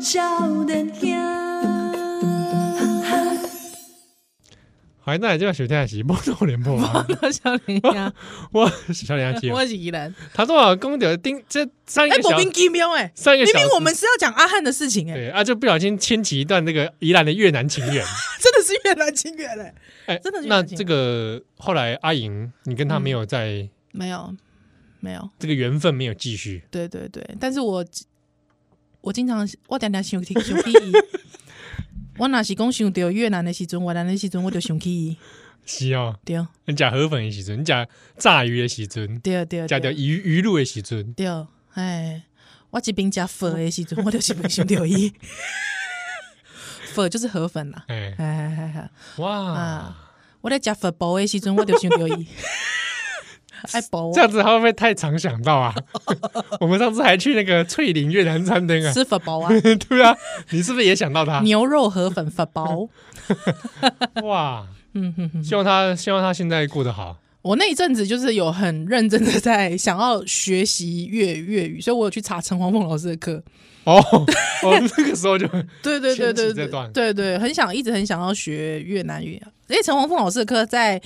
少年兄，好，那这个收听的是《波多连播》啊， 到小林啊呀，我是小梁奇。我是宜兰。啊他多少公掉丁这上一哎，个莫小名其妙哎，上一个明小明时我们是要讲阿汉的事情哎，对啊，就不小心牵起一段那个宜兰的越南情缘。真的是越南情缘哎，哎， 真的是越那南情缘嗯这个后来阿莹，你跟他没有在没有没有，这个缘分没有继续，对对对，但是我我经常我常常想起想 起伊，我若是讲想到越南的时阵，越南的时阵我就想起伊，是哦。对你讲河粉的时阵，你讲炸鱼的时阵，对对讲掉对鱼鱼露的时阵，对，哎，我一边食粉的时阵，我就是边想到 伊，粉就是河粉啦， 哎哎哎哎哎，哇，啊我在食粉包的时阵，我就想 到伊，爱啊包这样子会不会太常想到 啊？ 我们上次还去那个翠林越南餐厅啊，吃粉 包啊，对啊，你是不是也想到他？牛肉河粉粉包，哇，嗯哼哼。希望他希望他现在过得好。我那一阵子就是有很认真的在想要学习粤粤语，所以我有去查陈黄凤老师的课。 哦，我们那个时候就对对对掀对起这对段对对对，很想一直很想要学越南语，啊因为陈黄凤老师的课在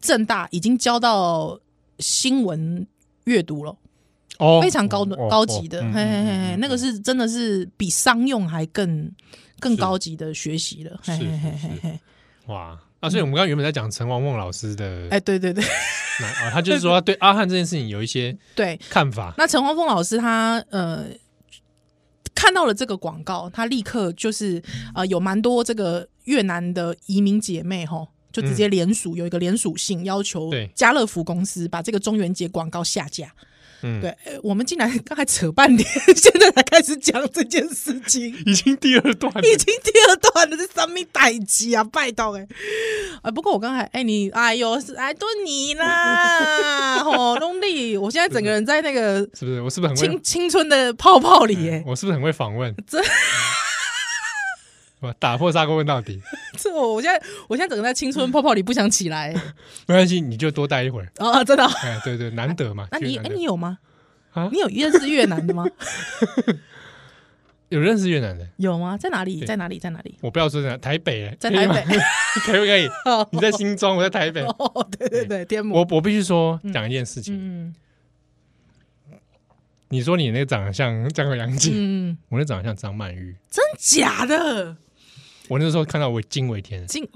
正大已经教到新闻阅读了，哦嗯非常高的、高级的，嘿嘿嘿，嘿那个是是真的是比商用还更更是高级的学习了，嘿是嘿嘿是嘿是嘿，哇啊！所以我们刚刚原本在讲陈王梦老师的，哎，对对对那啊，他就是说他对阿汉这件事情有一些对，看法，那陈黄峰老师他呃看到了这个广告，他立刻就是呃有蛮多这个越南的移民姐妹吼，就直接联署、有一个联署信要求嗯对家乐福公司把这个中元节广告下架。嗯，对，，呃我们竟然 刚才扯半天，现在才开始讲这件事情。 已经第二段了 已经第二段了，这什么代志啊？拜托哎、啊！不过我刚才哎、你哎呦是哎都你 啦，吼弄力！我现在整个人在那个是不是？我是不是很会嗯青？青春的泡泡里欸耶、我是不是很会访问？这我打破砂锅问到底，这我我现在我现在整个在青春泡泡里不想起来、欸、没关系，你就多待一会儿。啊，真的啊、哎，对对，难得嘛。那你去哎、难得你有吗？啊你有认识越南的吗？ 有认识越南的？有吗？在哪里？对在哪里？在哪里？我不要说在哪台北，在台北可以吗 可以不可 以？你在新庄，我在台北。哦，对 对对，天母。我我必须说讲一件事情，嗯你说你那个长得像江口洋嗯介，嗯，我那长得像张曼玉。真假的？我那时候看到我惊为天人，今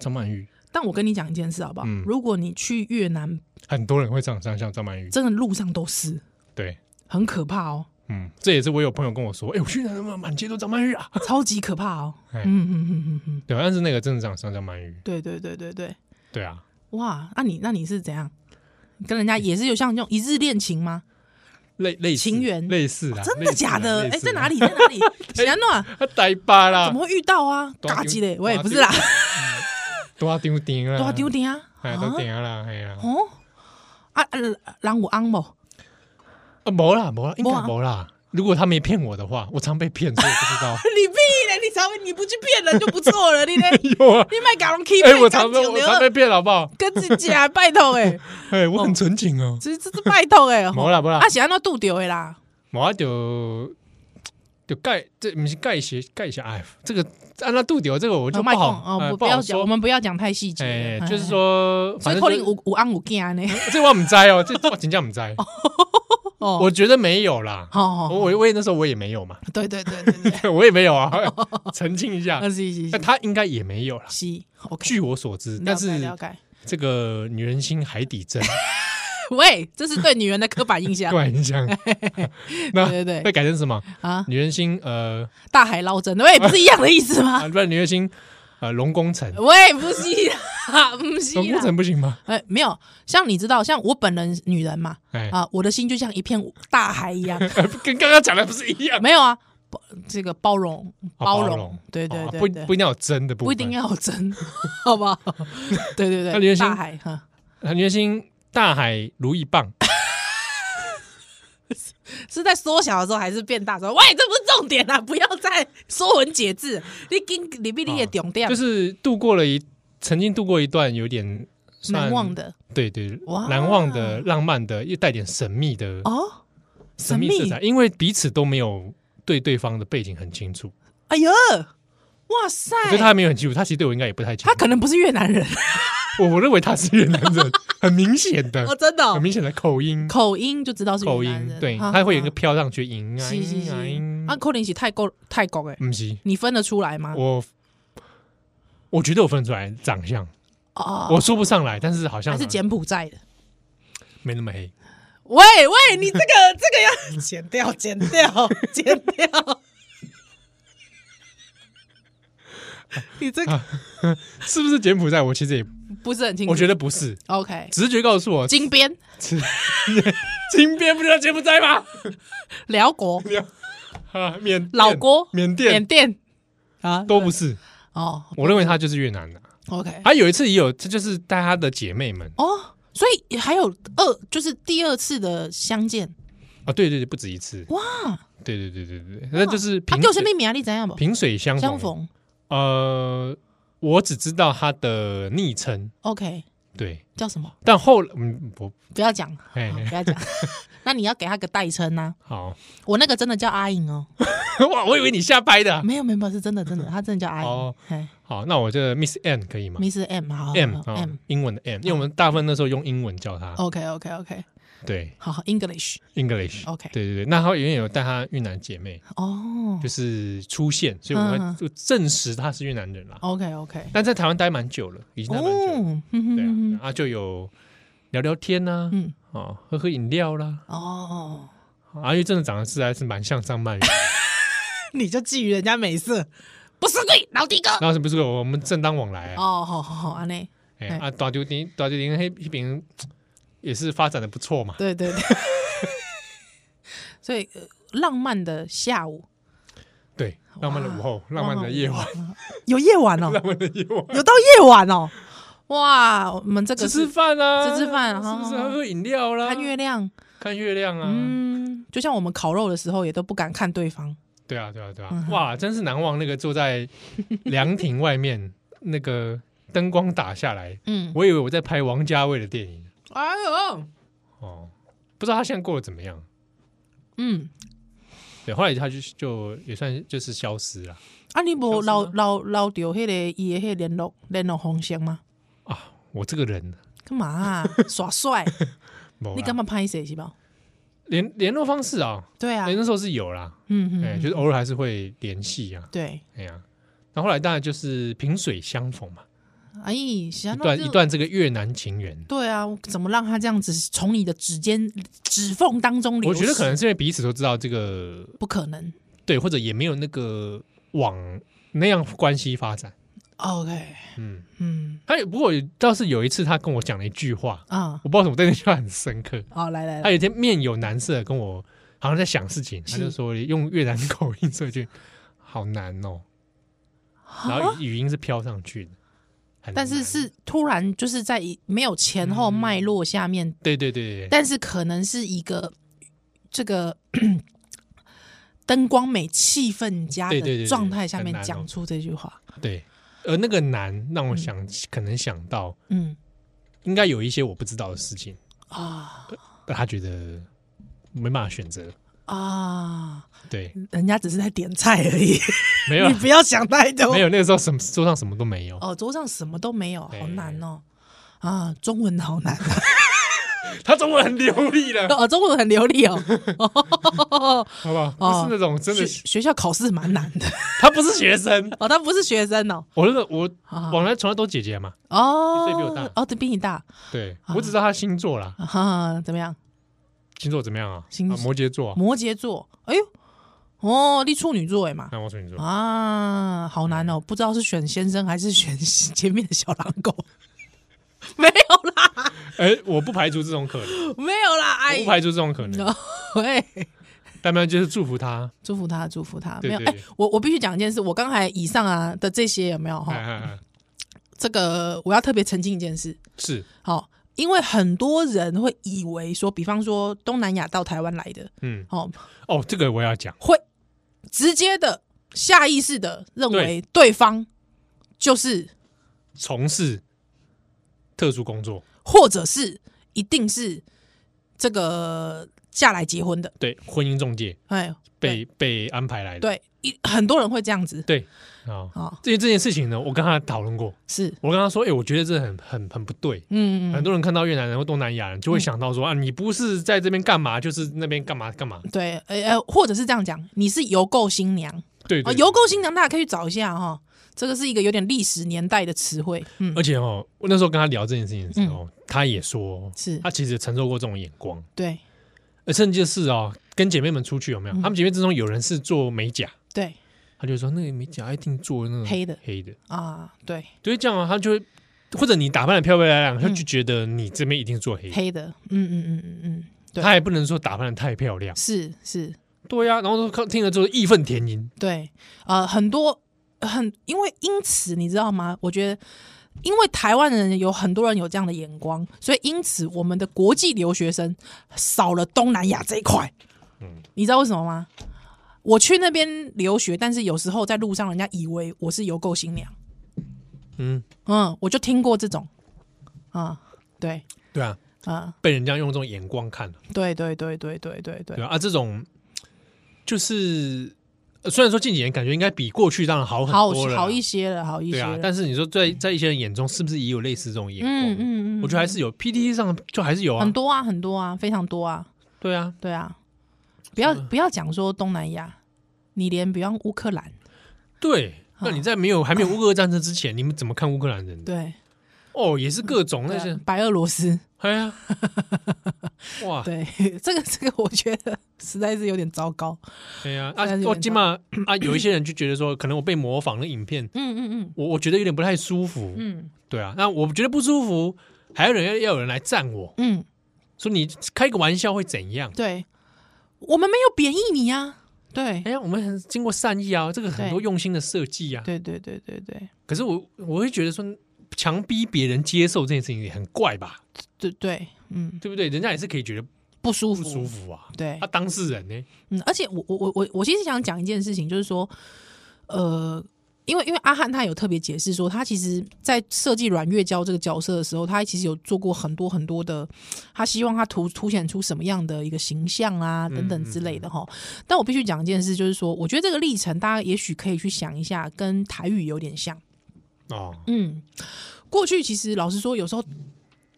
张曼玉但我跟你讲一件事好不好？嗯如果你去越南，很多人会长得像张曼玉。真的路上都是，对，很可怕 哦，嗯，这也是我有朋友跟我说，哎、我去哪哪哪满街都张曼玉啊。 超级可怕哦。哎嗯嗯嗯嗯嗯，对，啊但是那个真的长得像张曼玉。对对对对对，对啊，哇，那、你那你是怎样？哎跟人家也是有像那种一日恋情吗？类类似情缘哦类似啊，真类的似啊假的？哎，在哪？类似里？在 哪里？喜安诺啊呆巴啦怎，么会遇到啊？大嘎丢叽嘞，我也大不是啦，多丢丁啦，多丢，脸啊！哎，啊多丢啦，哎呀，哦，啊，啊人有翁无？ 啊，没啦，没啦，应该没啊没啦。如果他没骗我的话，我常被骗，所以我不知道。你屁嘞！你才会你不去骗人就不错了，你嘞， 有啊， 你卖搞人欺哎、骗我常被感情我常被骗，好不好？跟自己啊，拜托 哎，哎、我很纯情哦。这这这拜托哎，没啦没啦啊是安诺拄着的啦，无啊，就就盖这不是盖鞋盖鞋，哎，这个按他度掉这个我就哦不卖讲好，哦，哎不不不好要讲，我说。们不要讲太细节哎，了，就是哎。说，所反以正可能就有有翁有囝 啊呢，这我唔知哦，这我真正唔知，哦，我觉得没有啦。好，我我我那时候我也没有嘛， 对对对对对，我也没有 啊，澄清一下啊，是是那 是他应该也没有 啦。是，OK，据我所知，了但解是了解， 这个女人心海底针，喂，这是对女人的刻板 印象怪很 像。 那对对对被改成什么？啊！女人心呃，大海捞针，喂，不是一样的意思 吗啊？不然女人心呃，龙宫城，喂，不是啦，不是龙宫啦。城不行吗？哎，没有，像你知道，像我本人女人嘛，哎，啊，我的心就像一片大海一样， 跟刚刚讲的不是一样？没有啊，包这个包容，哦包包容容，对对哦对，不对不一定要有真的部分，不一定。要有真， 好 不好？对对那你的对，心大海哈，韩元星大海如意棒，是在缩小的时候还是变大的时候？喂，这不是重点啦， 不要再说文解字，你跟你比你也懂点哦就，是度过了一曾经度过一段有点算难忘，的对对，哇难忘的、浪漫的，又带点神秘的哦，神神秘色彩，因为彼此都没有对对方的背景很清楚，哎呦，哇塞！我觉得他还没有很清楚，他其实对我应该也不太清哎他楚。可能不是越 南人我我认为他是越南 人，很明显的哦，，真的哦、很明显的口音，口音就知道是口越南音人，对，啊他会有一啊个飘上去，音啊是是音啊是音，啊，，可啊能是泰国泰国诶，不是，你分得出来吗？我我觉得我分得出来长相，哦，我说不上来，但是好还像是柬埔寨的。没那么黑，喂喂，你这个 这 个要剪掉，剪掉， 剪掉。你这啊个是不是柬埔寨？我 其实也不是很清楚，我觉得不是， OK。直觉告诉我， 金边金边不就在柬埔寨吗？ 辽国、啊，缅甸老挝、缅缅甸甸啊，都不是，哦我认为他就是越南的。 ，OK，他有一次也有，这就是带他的姐妹们哦，所以还有二，就是第二次的相见啊，对对对，不止一次，哇，对对对对对对，那就是他萍给我身水边名啊，你怎样不？萍水相相逢。逢呃，我只知道他的昵称， ，OK，对，叫什么？但后嗯不不要讲，好嘿嘿 不要讲。那你要给他个代称呐、好， 我那个真的叫阿颖哦，哇，我以为你瞎掰的。没有没有，没有是真的真的，他真的叫阿颖啊哦。嘿好，那我这 Miss N 可以吗 Miss M 好好好？M 好 M 嗯哦啊，英文的 M，因为我们大部分那时候用英文叫他， OK OK OK 对好好 English ，English。 OK 对对对，那他远远有带他越南姐妹，哦就是出现，所以我们嗯就证实他是越南人啦。 OK OK 但在台湾待蛮久了，已经待蛮久了，哦哼哼对啊哼对啊，啊就有聊聊天呐，嗯哦，喝喝饮料啦，哦，啊，因为真的长得实在是蛮像张曼玉，你就觊觎人家美色，不是贵老弟哥 然后是不是我们正当往来啊？哦，好好好安内，哎、哎啊，大丢丁，大丢丁，黑一饼也是发展的不错嘛。对对 对，所以、呃浪漫的下午，对，浪漫的午后，浪漫的夜晚，有夜晚哦， 浪漫的夜晚，有到夜晚哦，哇，我们这个吃吃是饭啊，吃吃饭是不是？好好好喝饮料啦，看月亮，看月亮啊，嗯，就像我们烤肉的时候也都不敢看对方，对啊，对啊，对啊，嗯哼哇，真是难忘那个坐在凉亭外面，那个灯光打下来，嗯，我以为我在拍王家卫的电影哎呦，哦，不知道他现在过得怎么样。嗯，对，后来他就就也算就是消失了啊，你消无老失吗老老掉迄个伊的迄联络联络方向吗？啊。我这个人，干 嘛啊、耍帅？没啦你干嘛拍谁是吧？联联络方式啊？对啊哎、，那时候是有啦，嗯嗯，哎、嗯就是偶尔还是会联系啊，对，哎呀、然后后来当然就是萍水相逢嘛，哎，一一段一，段这个越南情缘，对啊，我怎么让他这样子从你的指尖指缝当中流我逝？觉得可能是因为彼此都知道这个不可能。对，或者也没有那个往那样关系发展。 OK，嗯，嗯他有不过倒是有一次他跟我讲了一句话，啊，我不知道怎么对那句话很深刻。哦，来来他来，有一天面有难色地跟我，好像在想事情，他是就说用越南口音说一句“好难哦”，然后啊语语音是飘上去的，很但是难是突然就是在一没有前嗯后脉络下面对对对对对，但是可能是一个这个灯光美、气氛佳对对对的对状态下面很难哦讲出这句话，对，而那个难让我想，可能想到嗯应该有一些我不知道的事情，啊但他觉得没办法选择。啊，对，人家只是在点菜而已，没有你不要想太多。没有，那个时候什么桌上什么都没有，哦，桌上什么都没有，对好难哦。啊，中文好难他中文很流利了，哦，中文很流利哦。好不好？哦不是那种真的学，学校考试蛮难的他不是学生， 哦，他不是学生哦。我那个我啊往来从来都姐姐嘛，哦，你岁比我大哦，对比你大对我只知道他星座啦，啊？怎么样？星座怎么样啊？星啊摩羯座啊，摩羯座，哎呦，哦，你处女座哎嘛，那我处女座，啊，好难嗯哦，不知道是选先生还是选前面的小狼狗。 没有啦，哎，我不排除这种可能，没有啦，我哎不，排除这种可能，喂，但没有就是祝福他，祝福他，祝福他。对没有，对哎对，我我必须讲一件事，我刚才以上啊的这些有没有哎哈？哎哎这个我要特别澄清一件事，是，好，因为很多人会以为说，比方说东南亚到台湾来的，嗯，哦，哦，这个我要讲。会直接的下意识的认为对方就是从事特殊工作，或者是一定是这个下来结婚的，对，婚姻中介哎，被被安排来的，对，一很多人会这样子，对啊。哦，这这件事情呢，我跟他讨论过，是，我跟他说，哎、我觉得这很很很不对。嗯，很嗯多人看到越南人或东南亚人，就会想到说、啊，你不是在这边干嘛，就是那边干嘛干嘛。对，呃呃，或者是这样讲，你是邮购新娘对啊，对邮购新娘大家可以去找一下哈，这个是一个有点历史年代的词汇，嗯，而且哦，我那时候跟他聊这件事情的时候，他也说，是他其实承受过这种眼光，对而甚至是哦，跟姐妹们出去有没有？嗯她、们姐妹之中有人是做美甲，对他就说那个美甲一定做那种黑的黑的，啊，对，对，这样啊，他就会或者你打扮的漂漂亮亮，他嗯就觉得你这边一定做黑的。黑的，嗯嗯嗯嗯嗯，对啊他也不能说打扮的太漂亮，是是，对啊呀、然后看听了之后义愤填膺，对，呃，很多很，因为因此你知道吗？我觉得，因为台湾人有很多人有这样的眼光，所以因此我们的国际留学生少了东南亚这一块。嗯你知道为什么吗？我去那边留学，但是有时候在路上，人家以为我是邮购新娘。嗯，嗯，我就听过这种。啊、对，对啊，啊、被人家用这种眼光看了，对对对对对对对对啊，啊这种就是呃虽然说近几年感觉应该比过去当然啊好很好多了啦，好一些了，好一对些啊了。，但是你说在在一些人眼中是不是也有类似这种眼光？嗯嗯嗯，我觉得还是有，PTT 上就还是有啊很，多啊，很多啊，非常多啊。对啊，对啊，不要不要讲说东南亚，你连比方乌克兰，对。那啊你在没有还没有乌克兰战争之前，你们怎么看乌克兰人的？对，哦，也是各种嗯那对啊些，白俄罗斯，哎呀， 哇，对， 这个这个我觉得实在是有点糟糕。哎呀，啊虽然是，有我点起码啊，有一些人就觉得说，可能我被模仿了影片，嗯嗯我我觉得有点不太舒服，嗯对啊，那我觉得不舒服，还有人要要有人来赞我嗯嗯，说你开个玩笑会怎样？对，我们没有贬义你啊，对哎呀，我们很经过善意啊，这个很多对用心的设计啊，对对对对对可是我我会觉得说，强逼别人接受这件事情也很怪吧，对对，嗯，对不对？人家也是可以觉得不舒服不舒服啊，对他、，当事人呢、嗯，而且我我我我我其实想讲一件事情，就是说，呃，因为因为阿汉他有特别解释说，他其实在设计阮月娇这个角色的时候，他其实有做过很多很多的，他希望他凸凸显出什么样的一个形象啊等等之类的哈。但我必须讲一件事，就是说，我觉得这个历程大家也许可以去想一下，跟台语有点像。哦，嗯，过去其实老实说，有时候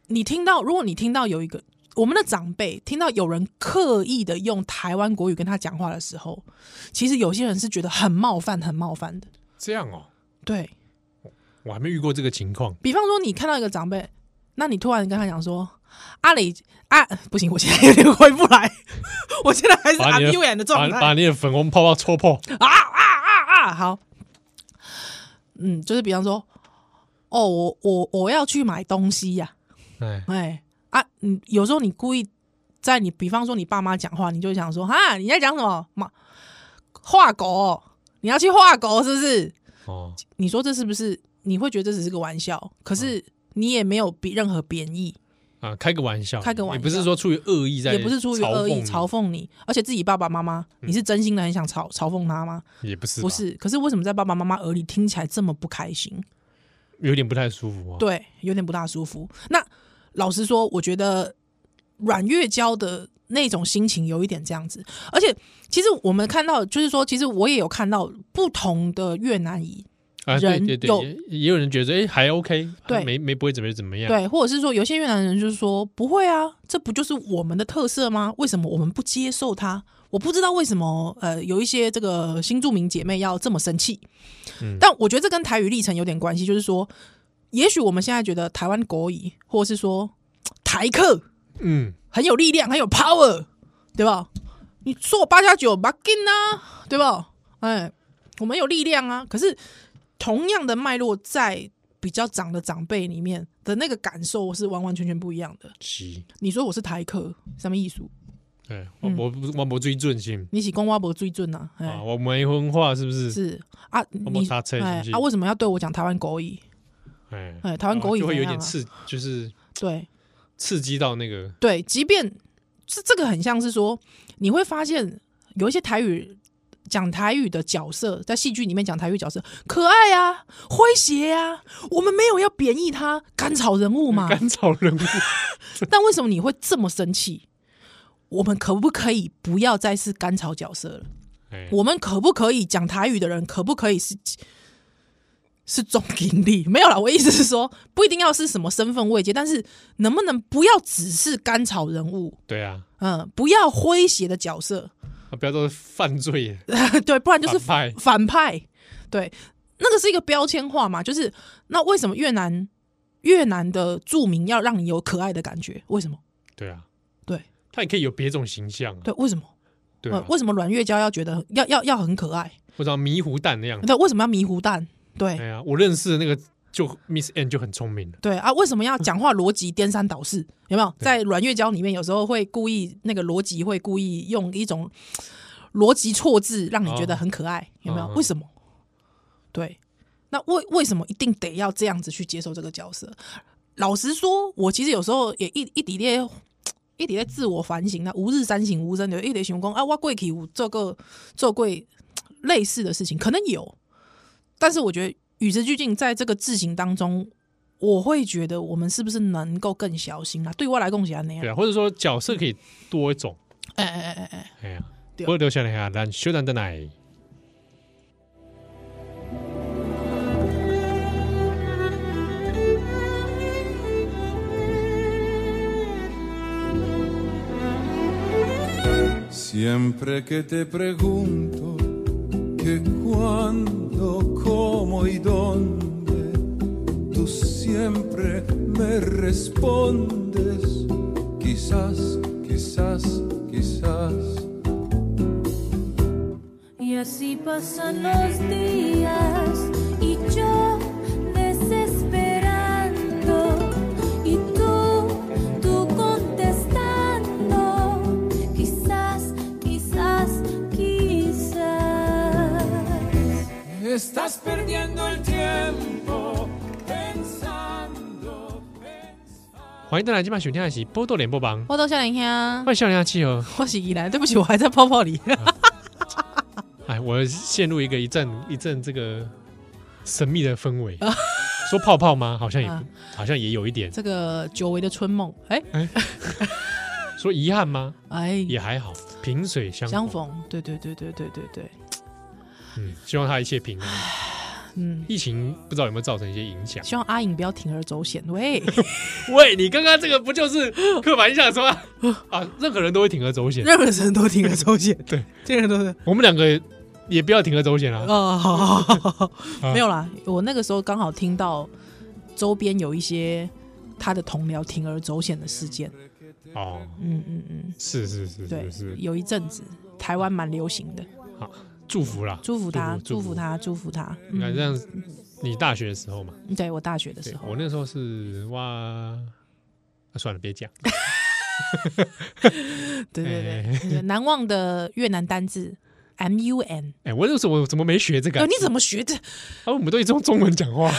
你听到，如果你听到有一个我们的长辈听到有人刻意的用台湾国语跟他讲话的时候，其实有些人是觉得很冒犯、很冒犯的。这样哦，对我还没遇过这个情况。比方说，你看到一个长辈，那你突然跟他讲说。阿里啊，不行，我现在有点回不来， 我现在还是把阿你的 U 眼的把状态。把你的粉红泡泡戳 破，啊啊啊啊！好，嗯，就是比方说，哦，我我我要去买东西呀、哎，哎啊，你有时候你故意在你，比方说你爸妈讲话，你就想说哈，你在讲什么？嘛，画狗哦，你要去画狗是不是？哦，你说这是不是？你会觉得这只是个玩笑，可嗯是你也没有比任何贬义，啊，开个玩笑，开个玩笑也不是说出于恶意在，也不是出于恶意嘲嘲讽你，而且自己爸爸妈妈，你是真心的很想嘲嘲讽他吗？你，也不是吧，不是，可是为什么在爸爸妈妈耳里听起来这么不开心？有点不太舒服哦。对，有点不大舒服。那老实说，我觉得阮月娇的那种心情有一点这样子，而且其实我们看到，就是说，其实我也有看到不同的越南裔，啊，对人对对，有也也有人觉得哎还 OK，对没没不会怎么怎么样，对，或者是说有些越南人就是说，不会啊，这不就是我们的特色吗？为什么我们不接受它？我不知道为什么，呃，有一些这个新著名姐妹要这么生气，嗯但我觉得这跟台语历程有点关系，就是说，也许我们现在觉得台湾国语，或者是说台客，嗯，很有力量，很有 power，对吧？你说我八加九 b u g i n 啊，对吧？哎，我们有力量啊。可是同样的脉络，在比较长的长辈里面的那个感受是完完全全不一样的。是，你说我是台客，什么艺术？对，嗯我我不我不追尊心你是公挖博最准啊？哎，啊，我没文化是不是？是啊，我没你搭车哎是不啊，是？为什么要对我讲台湾国语？哎哎，台湾国语就会有怎样点啊刺，就是对。刺激到那个对，即便是这个很像是说，你会发现有一些台语讲台语的角色，在戏剧里面讲台语角色，可爱啊，诙谐啊，我们没有要贬义啊嗯他，甘草人物嘛。 甘草人物。但为什么你会这么生气？我们可不可以不要再是甘草角色了？哎，我们可不可以讲台语的人，可不可以是是中盈利？没有啦，我意思是说，不一定要是什么身份位阶，但是能不能不要只是甘草人物？对啊，嗯，不要诙谐的角色， 啊不要都是犯罪耶，对，不然就是反派反派。对，那个是一个标签化嘛，就是那为什么越南越南的著名要让你有可爱的感觉？为什么？对啊，对他也可以有别种形象啊，对，为什么？对呃啊，为什么阮月娇要觉得要要要很可爱？或者迷糊蛋那样，对，为什么要迷糊蛋？对哎呀，我认识的那个就 Miss N 就很聪明了，对啊，为什么要讲话逻辑颠三 倒四？有没有在阮月娇里面有时候会故意那个逻辑会故意用一种 逻辑错字，让你觉得很可爱？有没有嗯？嗯为什么？对，那为为什么一定得要这样子去接受这个角色？老实说，我其实有时候也一一底咧。一直在自我反省，那吾日三省吾身，就一直想讲啊，我过去有做过做过类似的事情，可能有，但是我觉得与时俱进，在这个字形当中，我会觉得我们是不是能够更小心啊啦？对我来讲是安那对啊，样，或者说角色可以多一种，哎哎哎哎哎。哎呀，对我留下来啊，咱休等等来。 Siempre que te pregunto que cuándo, cómo y dónde, tú siempre me respondes, quizás, quizás, quizás. Y así pasan los días y yo desesperando y tú, tú contestando, quizás, quizás, quizás. Estás perdiendo el tiempo pensando, pensando. 欢迎大家今晚收听的是《波多连播榜》，我到夏林香欢，迎笑脸气候。我是依兰，对不起，我还在泡泡里。哎，我陷入一个一阵一阵这个神秘的氛围。说泡泡吗？好像也不啊好像也有一点。这个久违的春梦，哎说遗憾吗？哎，也还好，萍水相相逢。逢，对对对对对对对，嗯，希望他一切平安。嗯，疫情不知道有没有造成一些影响？希望阿颖不要铤而走险。喂， 喂，你刚刚这个不 就是刻板印象说啊，任何人都会铤而走险。任何人都铤而走险，对，这个人都是我们两个也不要铤而走险啊。哦，好好好好好 啊没有啦，我那个时候刚好听到周边有一些他的同僚铤而走险的事件，哦，嗯嗯嗯，是是是对是，是，有一阵子台湾蛮流行的，祝福啦，祝福他，祝福他。他，祝福他，你看，嗯，像你大学的时候嘛，对我大学的对时候我，那时候是哇，啊算了，别讲。对对哎对，难忘的越南单字 M U N。哎、我那时候我怎么没学这个、啊呃，你怎么学的？啊，我们都一直用中文讲 话，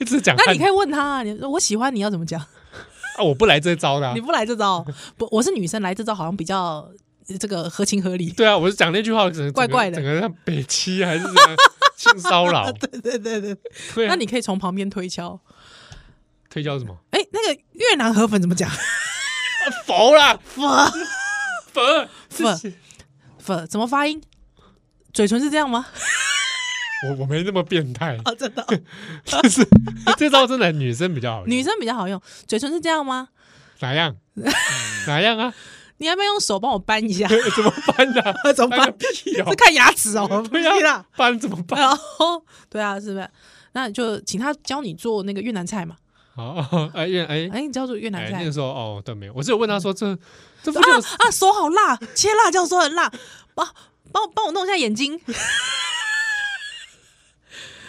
一直讲汉。那你可以问他啊，你说我喜欢你要怎么讲？啊，我不来这招的、啊你。不来这招，不，我是女生来这招好像比较呃这个合情合理。对啊，我是讲那句话，整个怪怪的整个像北七还是什么性骚扰？ 对对对对，对啊，那你可以从旁边推敲。推销什么？哎，那个越南河粉怎么讲？佛啦，粉 佛佛是 粉怎么发音？嘴唇是这样吗？我我没那么变态，啊，真的哦， 就是这招真的女生比较好用， 女生比较好用。嘴唇是这样吗？哪样哪样 啊？你要不要用手帮我扳 一下？怎么办呢、啊？ 怎么办搬个屁哦是！看牙齿 哦，对啊不是啦。搬怎么办？然后对啊，是不是？那你就请他教你做那个越南菜嘛。 哦，哎，因为哎。哎，你教做越南哎，菜那个时候哦，对，没有，我是有问他说 这这不啊就是啊，手好辣，切辣椒手很辣，帮帮我帮我弄一下眼睛，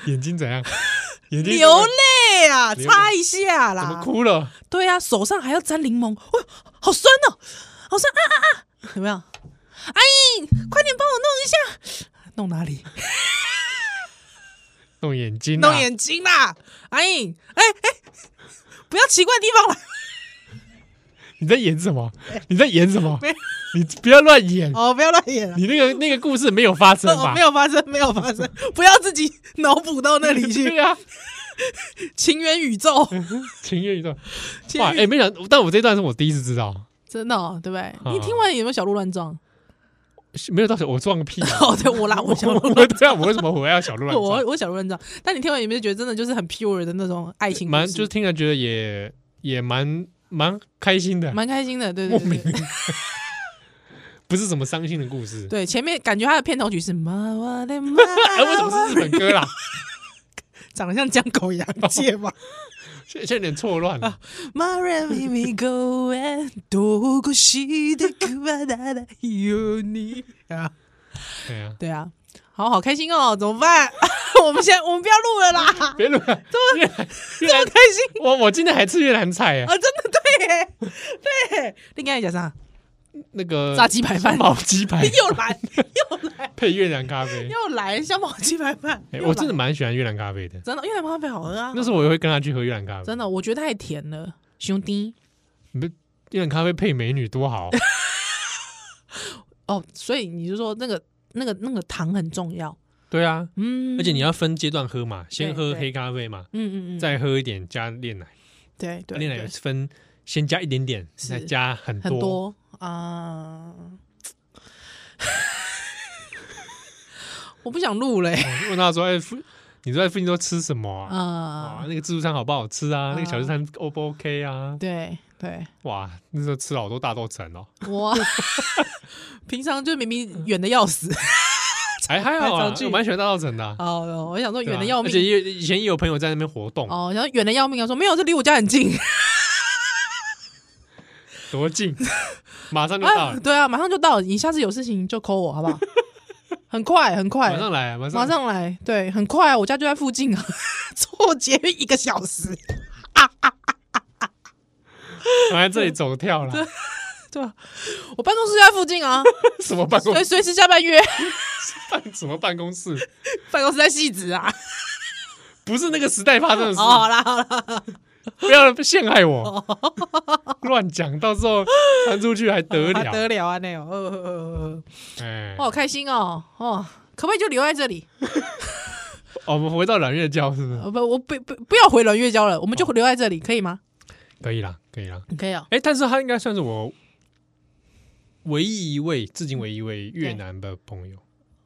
眼睛怎 样？眼睛流泪啊，流泪擦一下怎么啦。哭了？对啊，手上还要沾柠檬，哇，好酸哦，好酸啊啊啊！有没有？阿姨，快点帮我弄一下，弄哪里？弄眼睛啊，弄眼睛啦，阿姨，哎哎，不要奇怪的地方来。你在演什 么？你在演什么没有？你不要乱演，哦，不要乱演啊。你那个那个故事没有发生哦吧？没有发生，没有发生，不要自己脑补到那里对 去。啊，情缘宇宙，情愿一段。情哇，缘宇哎哎，没想，但我这段是我第一次知道，真的、哦，对不对？啊你听完有没有小鹿乱撞？！是没有到时候我撞个屁、啊 哦，对我啦， 我小鹿 我乱我这样，我为什么我要小鹿乱撞？ 我我小鹿乱撞。但你听完有没有觉得真的就是很 pure 的那种爱情故事？蛮就是听了觉得也也蛮蛮开心的，蛮开心的，对莫对名对。 不是什么伤心的故事。对，前面感觉他的片头曲是妈妈的妈， 哎，为什么是日本歌啦？长得像江口洋介 吗？现现在有点错乱啊了。マラミミゴエどこしてくわだらよ你啊，对呀，对啊，好好开心哦，怎么办？ 我们现在我们不要录了 啦，别录了，越来越好来开心我我今天还吃越南菜啊，哎，真的对耶对，你刚才讲啥？那个炸鸡排饭毛鸡排 又来又来配越南咖啡。又来，香茅鸡排饭哎，，又来我真的蛮喜欢越南咖啡的。真的，越南咖啡好喝啊，那时候我也会跟他去喝越南咖啡，真的，我觉得太甜了，兄弟你不越南咖啡配美女多 好。啊哦，所以你就说那个那个那个糖很重要，对啊，嗯，而且你要分阶段喝嘛，先喝对黑咖啡嘛，嗯嗯嗯，再喝一点加炼奶，对对炼奶对也是分先加一点点，是再加很很多。哦多啊、 我不想录嘞、我就问他说：“哎，附你在附近都吃什么啊？啊啊、，那个自助餐好不好吃啊？啊那个小吃餐 O 不 OK 啊？对对，哇，那时候吃了好多大豆橙 哦， 我平常就明明远的要死，还还好还啊找，去我蛮喜欢大豆橙的啊。哦，我想说对啊远的要而且命，也有以前也有朋友在那边活动，哦，然后远的要命，他说没有，这离我家很近，多近，马上就到啊，了，对啊，马上就到了，你下次有事情就 call 我好不好？很快，很快马，上来，啊马上马上来，对，很快、啊，我家就在附近啊， 坐捷运一个小时，我在这里走跳了， 对吧？我办公室就在附 近啊，什么办公随随时下班约， 办什么办公室？办公室在戏子啊。不是那个时代发生的事，哦，好啦好啦，不要陷害我，哦 乱讲，到时候传出去还 得啊了？得了啊那种，呃呃呃呃呃哎我，好开心哦哦，可不可以就留在这里？哦我们回到阮月娇是不是？呃不，我不不不要回蓝月娇了，我们就留在这里，可以吗？可以啦，可以啦。可以啊，哎，但是他应该算是我唯一一位，至今唯一一位越南的朋友，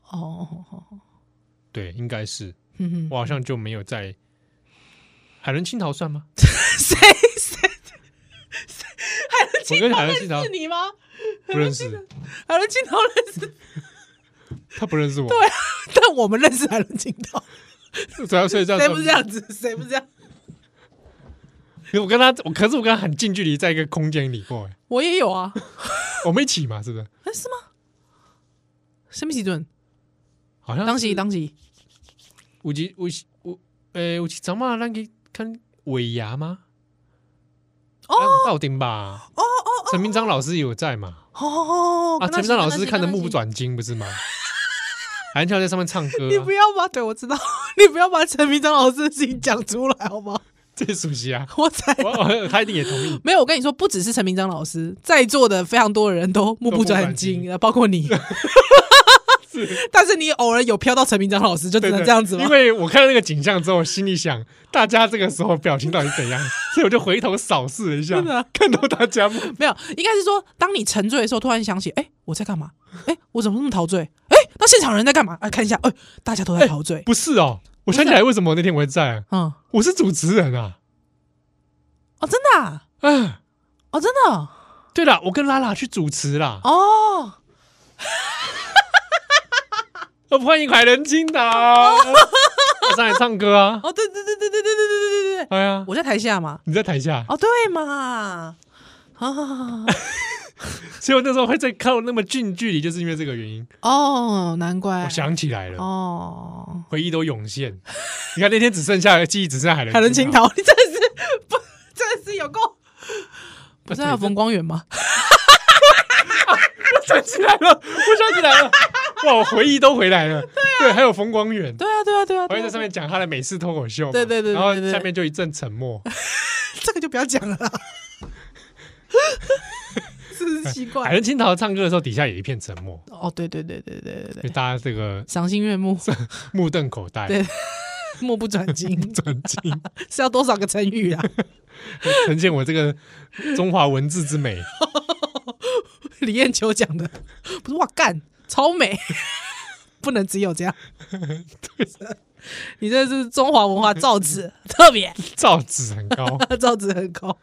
哦哦哦，哦对，应该是嗯 哼，我好像就没有在海伦青桃算 吗？谁谁我跟海伦青桃是你吗？不认识，海伦镜头认识， 他不认识我，啊但我们认识海伦镜头，主啊要所以这样谁不是这算，样子？谁不是这样？我跟他，我可是我跟他很近距离在一个空间里过，哎我也有啊，我们一起嘛，是不是？啊是吗？什么时阵？好像当时是当时有一有一有诶，有一阵嘛，咱去看尾牙吗？哦哦，到顶吧。哦哦，陈明章老师有在嘛？哦，啊，跟他陈明一起章老师看的跟他一目起不转睛，不啊是 吗？韩乔在上面唱歌你啊不，要把对我知道，你不要把陈明章老师的事情讲出来，好不好？这熟悉啊，我才我我他一定也同 意。没有，我跟你说，不只是陈明章老师，在座的非常多的人都目都目不转不转睛，呃包 括你。但是你偶尔有飘到陈明章老师，就只对能对，这样子吗因？为我看到那个景象之后，心里想，大家这个时候表情到底怎 样？所以我就回头扫视了一下真的啊，看到大家目没有，应该是说，当你沉醉的时候，突然想起，哎、我在干嘛？哎、我怎么那么陶醉？哎、那现场人在干嘛？哎、看一下，哎、大家都在陶醉。不是哦，啊我想起来为什么那天我会在啊，嗯，我是主持人啊，哦，真的、啊，啊。哦，真的哦，对啦，我跟拉拉去主持啦，哦，哦、欢迎海伦青岛上来唱歌 啊！哦，对对对对对对对对对对对，哎呀，我在台下嘛。你在台下，哦，对嘛，啊，所以我那时候会在靠那么近距离，就是因为这个原因。哦，难怪，我想起来了，哦，回忆都涌现。你看那天只剩下记忆，只剩下海伦海伦青岛，啊桃，你真的是不，真的是有够，不是还有冯光远吗？想起来了，我想起来 了，哇，我回忆都回来了。对,、还有冯光远，啊对啊，对啊，对啊，我对还啊在上面讲他的美式脱口秀嘛，对对对对然后对对下面就一阵沉默。这个就不要讲 了啦，真是奇海怪。伦青桃唱歌的时候，底下也一片沉默，哦，对对对对对对就对，大家这个赏心悦目，目瞪口呆， 对 目不转睛， 转睛。是要多少个成语啊？呈现我这个中华文字之美。李艳秋讲的，不是哇干超美，不能只有这样。你这是中华文化造纸，特别造纸很高。造纸很高。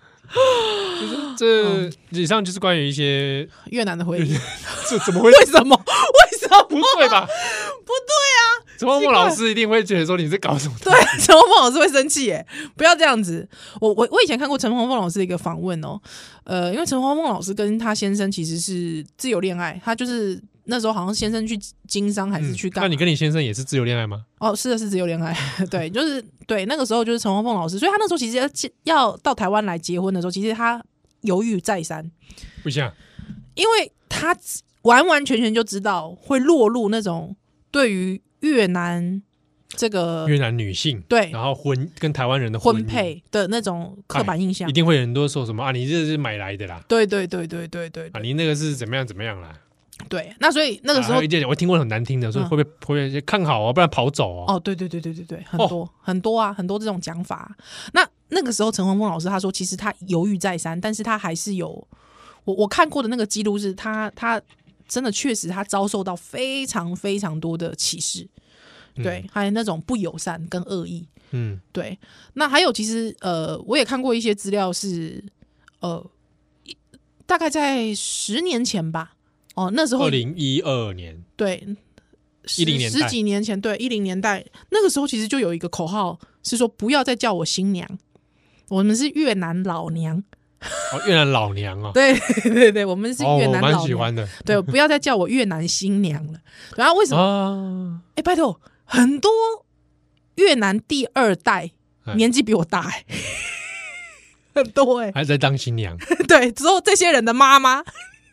这以上就是关于一些越南的回忆，这怎么 会？为什么？为什么？不对吧？不对啊！陈默奇默怪老师一定会觉得说你在搞什么？对，陈鹏鹏老师会生气耶！不要这样子。我我我以前看过陈鹏鹏老师的一个访问哦，呃，因为陈鹏鹏老师跟他先生其实是自由恋爱，他就是那时候好像先生去经商还是嗯去干嘛、那你跟你先生也是自由恋爱吗？哦，是的，是自由恋爱， 对，就是对那个时候就是陈黄凤老师，所以他那时候其实要结要到台湾来结婚的时候，其实他犹豫再三，不像，因为他完完全全就知道会落入那种对于越南这个越南女性对然后婚跟台湾人的婚姻配的那种刻板印象一，定会有很多说什么啊，你这是买来的啦，对对对对对对啊，对你那个是怎么样怎么样啦。对，那所以那那个时候啊一点我听过很难听的，说嗯会不会会不会看好哦，不然跑走哦。哦，对对对对对对，很哦多、很多啊，很多这种讲法啊。那那个时候，陈黄峰老师他说，其实他犹豫再三，但是他还是有我我看过的那个记录是他他真的确实他遭受到非常非常多的歧视，对，还有那种不友善跟恶意，嗯，对。那还有其实呃，我也看过一些资料是呃，一大概在十年前吧，哦，那时候二零一二年，对，十10年代十几年前，对一零年代那个时候，其实就有一个口号是说不要再叫我新娘，我们是越南老娘。哦，越南老娘哦，对 对对，我们是哦，越我南蛮老喜娘。欢的对，不要再叫我越南新娘了。然后为什么？啊，哎、拜托，很多越南第二代哎年纪比我大、哎，很多哎、还在当新娘， 对，之后这些人的妈妈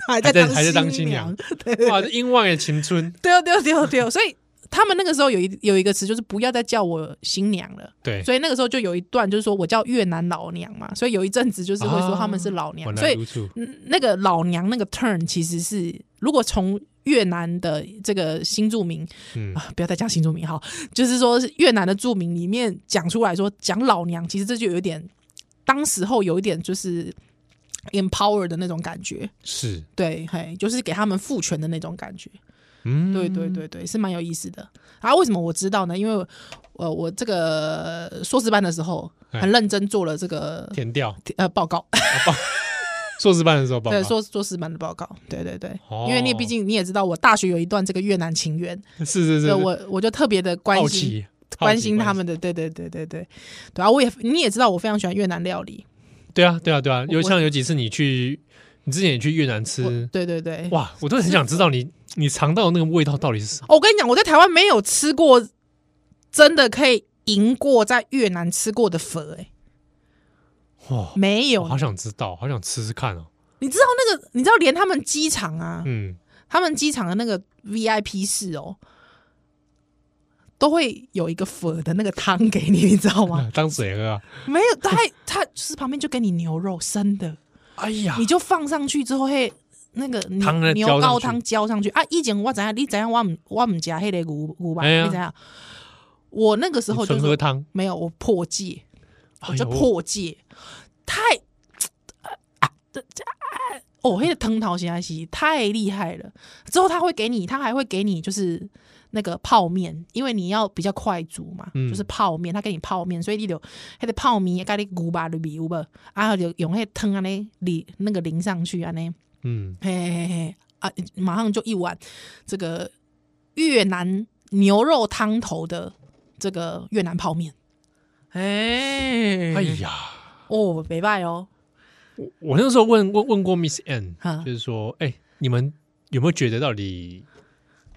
还在还在当还在当新新娘对对哇，这英万的青春，对哦对哦对哦对哦，所以他们那个时候有一有一个词，就是不要再叫我新娘了。对，所以那个时候就有一段，就是说我叫越南老娘嘛，所以有一阵子就是会说他们是老娘，我所哦来以督促，嗯那个老娘那个 turn 其实是如果从越南的这个新著名嗯，啊，不要再讲新著名好，就是说是越南的著名里面讲出来说讲老娘，其实这就有点当时候有一点就是 empower 的那种感觉，是，对，嘿，就是给他们赋权的那种感觉。嗯，对对对对，是蛮有意思的。啊，为什么我知道呢？因为呃，我这个硕士班的时候哎很认真做了这个填掉呃报告，硕士班的时候报告，对 呃硕硕士班的报告，对对对。哦因为你毕竟你也知道，我大学有一段这个越南情缘，是是是所以是，呃我我就特别的关好心奇关心他，们的，对对对对对对啊！我也你也知道，我非常喜欢越南料理，好奇对啊对啊对啊，有我像有几次你去，你之前也去越南我吃，对对对。哇，我都很想知道你你尝到的那个味道到底是什么，哦我跟你讲，我在台湾没有吃过真的可以赢过在越南吃过的粉、欸，哎，哇，没有哦我好想知道，好想吃吃看哦，你知道那个，你知道连他们机场啊，嗯，他们机场的那个 VIP 室哦，都会有一个粉的那个汤给你，你知道吗？当水喝啊，没有，他还他就是旁边就给你牛肉生的，哎呀你，就放上去之后嘿。那个牛汤呢牛浇上去高汤浇上去啊！以前我怎样，你怎样，我唔我唔加黑的牛牛排，哎呀你怎样？我那个时候你就纯是喝汤，没有，我破戒，我哎就呦破戒，太，啊哦，那个藤桃咸鸭西太厉害了。之后他会给你，他还会给你就是那个泡面，因为你要比较快煮嘛，嗯就是泡面，他给你泡面，所以你就那个泡面咖喱牛巴的米吧，啊，就用那个汤啊呢淋那个淋上去啊呢，嗯，嘿嘿嘿嘿啊，马上就一碗这个越南牛肉汤头的这个越南泡面。哎哎呀，哦，北拜哦，我我那时候问问问过 Miss N，哈就是说，哎，你们有没有觉得到底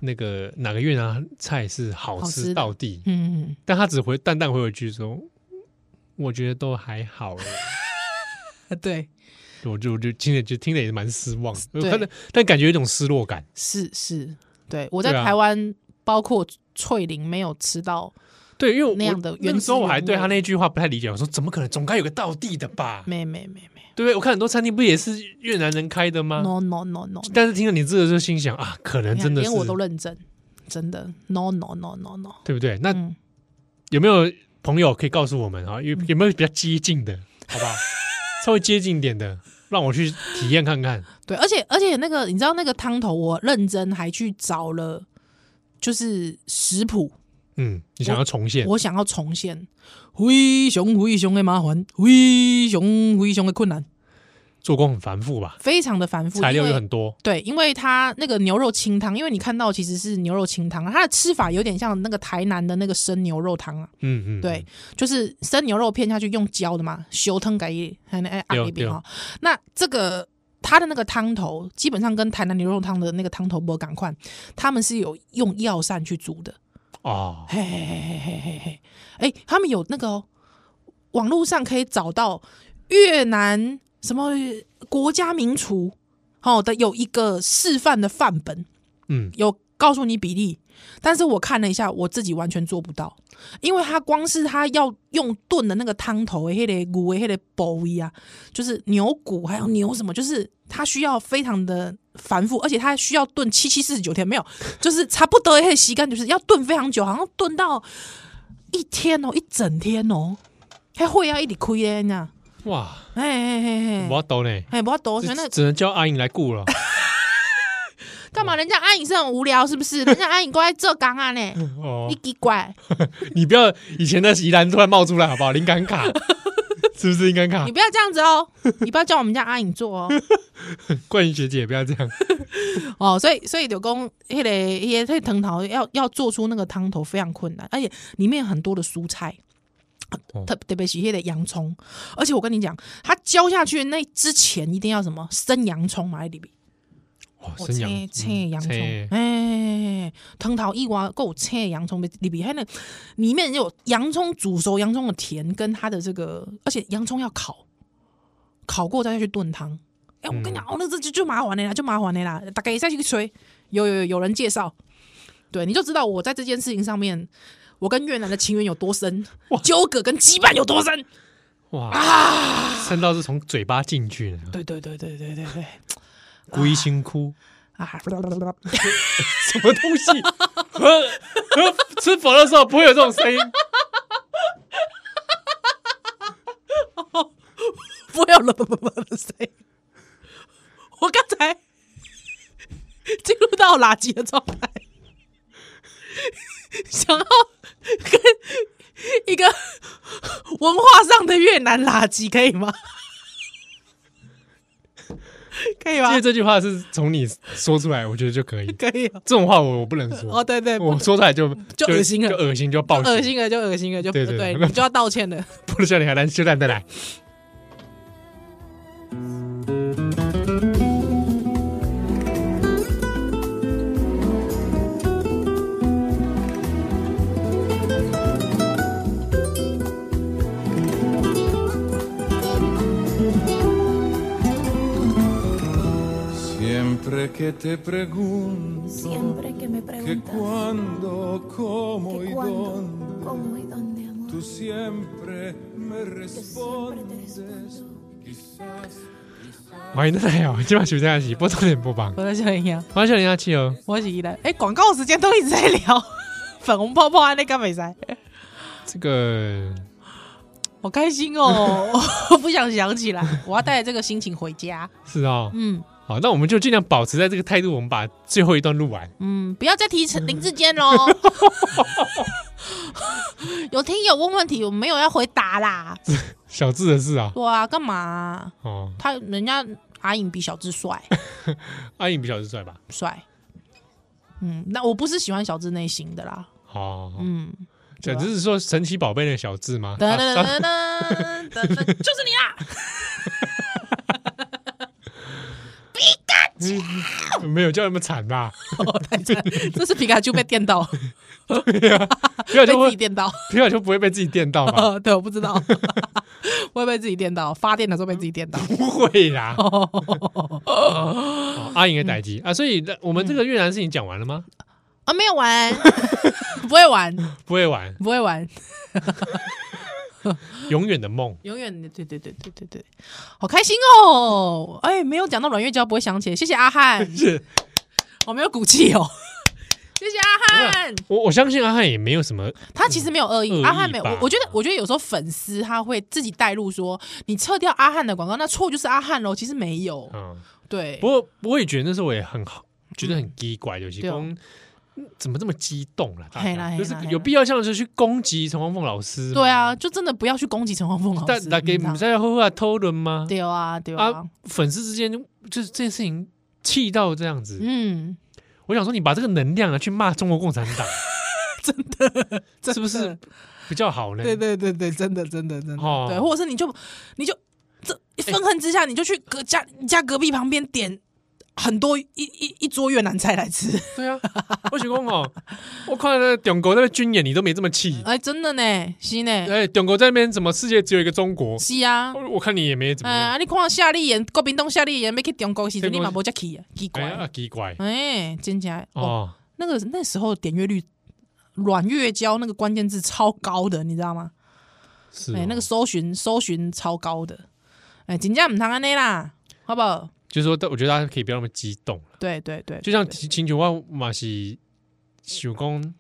那个哪个越南菜是好好吃吃的到地？嗯，但他只回淡淡回我一句说，我觉得都还好欸。对， 我就我就听着就听着也是蛮失望的，对但但感觉有一种失落感。是是，对我在对啊台湾、包括翠玲没有吃到，对，因为我那样的那原个时候汁我还原对他味那句话不太理解，我说怎么可能？总该有个道地的吧？没没没没、对不对？我看很多餐厅不也是越南人开的吗？ n o no no no，但是听了你这个就心想啊，可能你看真的是连我都认真，真的 no no no no no，对不对？那嗯，有没有 朋友可以告诉我们啊？有有没有比较接近的，好不好？稍微接近一点的，让我去体验看看。对，而且而且那个你知道那个汤头，我认真还去找了，就是食谱，嗯，你想要重现？我想要重现灰熊灰熊的麻烦，灰熊灰熊的困难，做工很繁复吧？非常的繁复，材料因为又很多，对，因为它那个牛肉清汤，因为你看到其实是牛肉清汤，它的吃法有点像那个台南的那个生牛肉汤啊，嗯嗯，对，就是生牛肉片下去用浇的嘛，修汤改一，还有那哎对一边对哈。那这个它的那个汤头，基本上跟台南牛肉汤的那个汤头不赶快，他们是有用药膳去煮的，哦，嘿嘿嘿嘿嘿嘿，哎，他们有那个、哦、网络上可以找到越南什么国家名厨哦的有一个示范的范本，嗯，有告诉你比例，但是我看了一下，我自己完全做不到，因为它光是它要用炖的那个汤头的，那个骨的，那个部位啊，就是牛骨还有牛什么，就是它需要非常的繁复，而且它需要炖七七四十九天，没有，就是差不多那个时间就是要炖非常久，好像炖到一天哦，一整天哦，还会要一直亏的呢，哇，哎哎哎哎，我懂呢，哎，不要多，这那只能叫阿颖来雇 了。干嘛？人家阿颖是很无聊是不是？人家阿颖过来做工啊呢，哦你，奇怪。你不要以前的宜兰突然冒出来好不好？灵感卡 是不是灵感卡 你？不要这样子哦，你不要叫我们家阿颖做哦。冠莹学姐不要这样。哦，所以所以柳公迄个迄个藤桃要要做出那个汤头非常困难，而且里面有很多的蔬菜。哦特特别是迄个洋葱，而且我跟你讲，它浇下去那之前一定要什么生洋葱嘛，在里面哦，哦生洋青青洋葱，青、哎藤桃一挖够青洋葱里面，还那里面有洋葱煮熟洋葱的甜，跟它的这个，而且洋葱要烤，烤过再去炖汤。哎、我跟你讲，哦，那这就就麻烦的啦，就麻烦的啦，大概再去吹。有有有有人介绍，对，你就知道我在这件事情上面，我跟越南的情缘有多深，纠葛跟羁绊有多深。哇，生到是从嘴巴进去的，啊对对对对对对对龟心窟， 啊！什么东西？ 呃呃吃佛的时候不会有这种 声音，不要了不不不声音。我刚才进入到垃圾的状态，想要跟一个文化上的越南垃圾可以吗？可以因吗为？这句话是从你说出来，我觉得就可以。可以哦这种话我我不能哦，说，对对，我说出来就就恶心了就恶心就爆恶，心了就恶心了，就对对对，对你就要道歉了。不能笑你还来笑蛋的来。 Siempre que te pregunto Siempre que me que preguntas cuándo, cómo que y cuándo, dónde, cómo y dónde, amor, tú siempre me siempre te respondes. respondo. Quizás 欢迎大家好，今晚收听的是波多连播 榜，我在笑一下，欢迎笑林阿七哦。我是依兰。哎，广告时间都一直在聊粉红泡泡案那个美塞。这个好开心哦！我 不想想起来，我要带着这个心情回家。是哦，嗯好，那我们就尽量保持在这个态度，我们把最后一段录完。嗯，不要再提陈林志坚喽。 有听友问问题，我没有要回答啦。小智的事啊，对啊，干嘛、哦，他人家阿颖比小智帅阿颖比小智帅吧？帅。嗯，那我不是喜欢小智类型的啦。哦，嗯，这只是说神奇宝贝那个小智吗？噔啊噔啊噔噔 噔，噔就是你啊啦！啊没有叫那么惨吧？哦太惨了这是皮卡丘被电 到，皮卡被丘自会己电到。皮卡丘不会被自己电到吧？呃， 对，我不知道，会被自己电到，发电的时候被自己电到。不会啦。哦阿颖的代机嗯啊，所以那我们这个越南事情讲完了吗？啊，没有玩，不会玩，不会玩，不会玩，永远的梦。永远的，对对对对对对，好开心哦！哎，没有讲到阮月娇不会想起来，谢谢阿汉，是我没有骨气哦。谢谢阿汉，我我相信阿汉也没有什么，他其实没有恶恶意，意阿汉没有。吧我我觉得，我觉得有时候粉丝他会自己带入说，你撤掉阿汉的广告，那错就是阿汉喽。其实没有，嗯，对不，过我也觉得那时候我也很好，觉得很奇怪，就是对哦公怎么这么激动了？大嘿啦家嘿啦就是嘿啦有必要这样子去攻击陈黄凤老师吗？对啊，就真的不要去攻击陈黄凤老大，师。大家你知道不在后来讨论吗？对啊，对啊啊，，粉丝之间就是这件事情气到这样子，嗯，我想说你把这个能量啊去骂中国共产党，真的，是不是比较好呢？对对对对，真的真的真的，哦对，或者是你就你就这愤恨之下，你就去隔家你家隔壁旁边点很多一一一桌越南菜来吃，对啊，我想讲哦，我看那中国那个军演你都没这么气， 哎，真的呢，是呢，哎，中国在那边怎么世界只有一个中国？是啊。我我看你也没怎么哎样，啊，你看夏丽妍，国民党夏丽妍要去中国的时阵，中你国嘛无遮去啊，奇哎啊怪。奇怪哎，真假哦，哦，那个那时候点阅率，阮月娇那个关键字超高的，你知道吗？是哎，哦那个搜寻搜寻超高的，哎，真正唔通安尼啦，好不好？就是说，但我觉得大家可以不要那么激动，对对对，就像秦秦九万马是想讲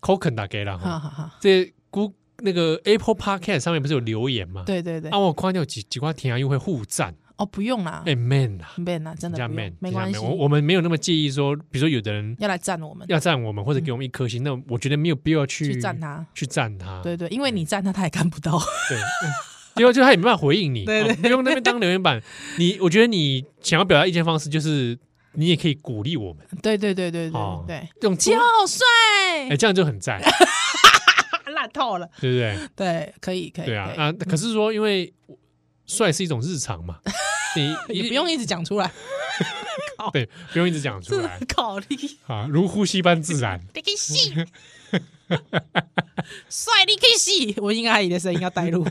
Coken 打给了好哈，好好，这估那个 Apple Podcast 上面不是有留言吗？对对对啊，，我看到有几几块天啊又会互赞，哦，不用啦哎、man 啊，很 man 啦，真人的家不用 man，，没人家 man 关系，我我们没有那么介意说，比如说有的人要来赞我们，要赞我们或者给我们一颗星，那我觉得没有必要去嗯啊去赞，他，去赞他，对对，因为你赞他，他也看不到， 对。嗯结果就他也没办法回应你，对哦对不用那边当留言板。你我觉得你想要表达意见方式，就是你也可以鼓励我们，对对对对哦对对，用七号好帅，欸哎，这样就很赞， 烂透了，对不对？对，可以可以，对啊可以啊！可是说，因为帅是一种日常嘛，你 也不用一直讲出来，对，不用一直讲出这 来考虑啊，如呼吸般自然。你可以洗，帅你可以洗， 我应该阿姨的声音要带 入，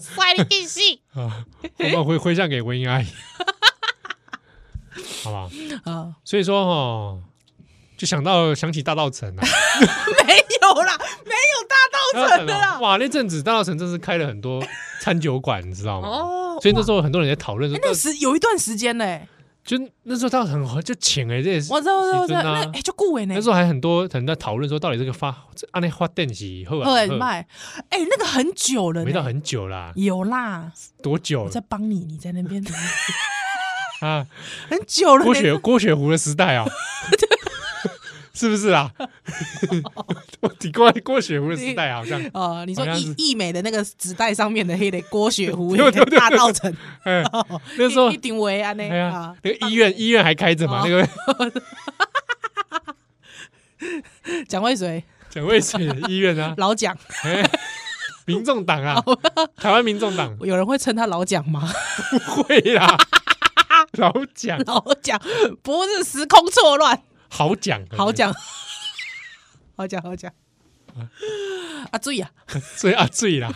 帅你可以 洗啊，我们回回向给文英阿姨， 好吧？啊，所以说哦，就想到想起大道城啊，没有啦，没有大道城的啊啦， 哇，那阵子大道城真是开了很多餐酒馆，你知道吗？哦哎所以那时候很多人在讨论说，那时有一段时间嘞，就那时候他很红就请哎，这也是我知道我知道我是知真道，的啊那哎就顾伟呢那。时候还很多人在讨论说，到底这个发这按那发电机后啊，很哦卖，哎、那个很久了呢，没到很久啦，有啦，多久我在帮你，你在 那边啊？很久了呢，郭雪郭雪湖的时 代啊，是不是啊？我挺郭郭雪湖的时代啊，好像呃，哦你说好像是易易美的那个纸袋上面的黑的郭雪 湖对对对大道城，哎，那那时候一顶围安呢哎呀啊，，那个医院医院还开着嘛，哦那个蒋渭水蒋渭水的医院啊， 老蒋，哎，民众党啊，台湾民众党有人会称他老蒋吗？ 不会啦，老蒋老蒋不是时空错乱，好蒋啊好，蒋，好蒋，好蒋。啊，注意啊，醉啊醉啦，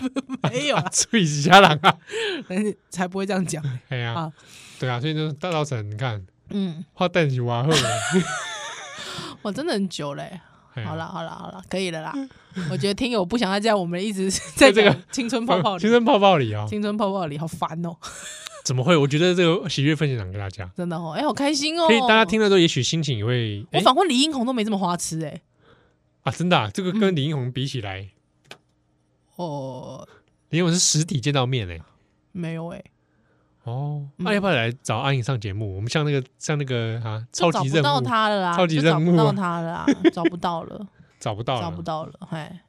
没有啦，啊醉几下人啊， 才不会这样讲。啊哎呀好，对啊，所以就是大稻城，你看嗯，花旦是瓦后， 我真的很久嘞、哎呀嗯好了，欸好了，好了，可以了啦。 我觉得听友不想要这样，我们一 直在这这个个青春泡泡青里，春泡泡里啊，青春泡泡里好烦哦，怎么会？我觉得这个喜悦分享给大家。真的哦，哎，好开心哦。可以，大家听，了之后，也许心情也会。我哎访问李英红都没这么花痴哎，啊，真的、啊，这个跟林英红比起来，哦，林英红是实体见到面哎、没有哎，哦，那、嗯要不要来找阿颖上节目？我们像那个像那个啊，就超找级不任到务他了啦，超级就任务找不啊到他了 啦，找不到了，找不到了，找不到了，哎，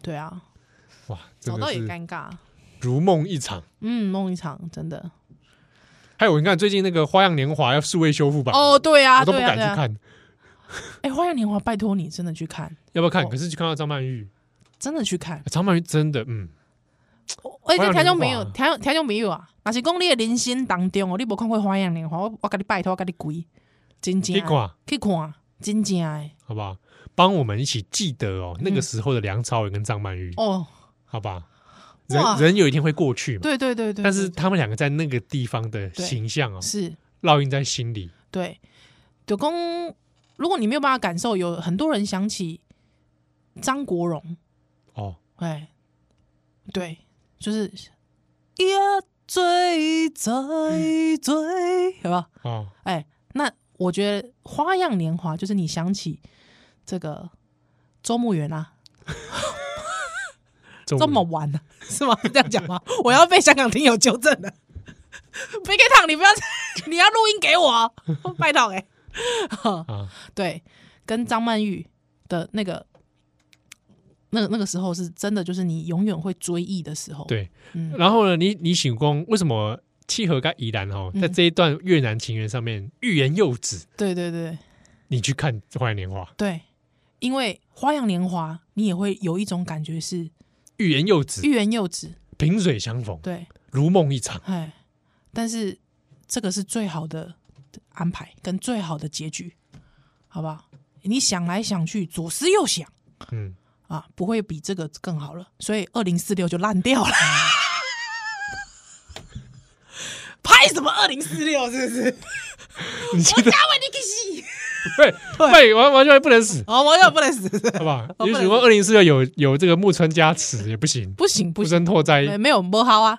对啊，哇，真找的到也是尴尬，如梦一场。嗯，梦一场真的，还有，你看最近那个《花样年华》要数位修复版，哦，对啊，我都不对啊，敢对去啊，看，哎，《花样年华》，拜托你真的去看，要不要看？哦可是就看到张曼玉，真的去看，张曼玉真的，嗯，花而且样听年众朋友，华听听众朋友啊，若是讲你的人生当中哦，你无看过《花样年华》，我我甲你拜托，我甲你跪，真正去看去看，真正的好不好？帮我们一起记得哦，那个时候的梁朝伟跟张曼玉，嗯哦，好吧？人哇人有一天会过去嘛，对对对对，但是对他们两个在那个地方的对形象哦，是烙印在心里。对，九公，如果你没有办法感受，有很多人想起张国荣，哦，哎，对，就是也醉再醉，好吧？哦，哎，那我觉得《花样年华》就是你想起这个周慕园啊，中这文么晚了、 是吗？这样讲吗？我要被香港听友纠正了。BK 烫，你不要， 你要录音给我啊，拜托哎、欸。啊，对，跟张曼玉的那个。那那个时候是真的，就是你永远会追忆的时候。，对。嗯然后呢，你你醒光为什么契合跟宜兰哦，在嗯这一段越南情缘上面欲言又止？对对对你去看《花样年华》，对，因为《花样年华》，你也会有一种感觉是欲言又止，欲言又止。萍水相逢，对，如梦一 场。哎，但是这个是最好的安排跟最好的结局，好不好？你想来想去，左思右想嗯，啊，不会比这个更好了。所以二零四六就烂掉了。拍什么二零四六？是不是？ 你记我得加为你去死！对对，完完全不能死，哦，我又不能死，好不好？ 我不也能许说二零四六有有这个木村加持也不行，不行不木行，村拓哉没没有不好啊，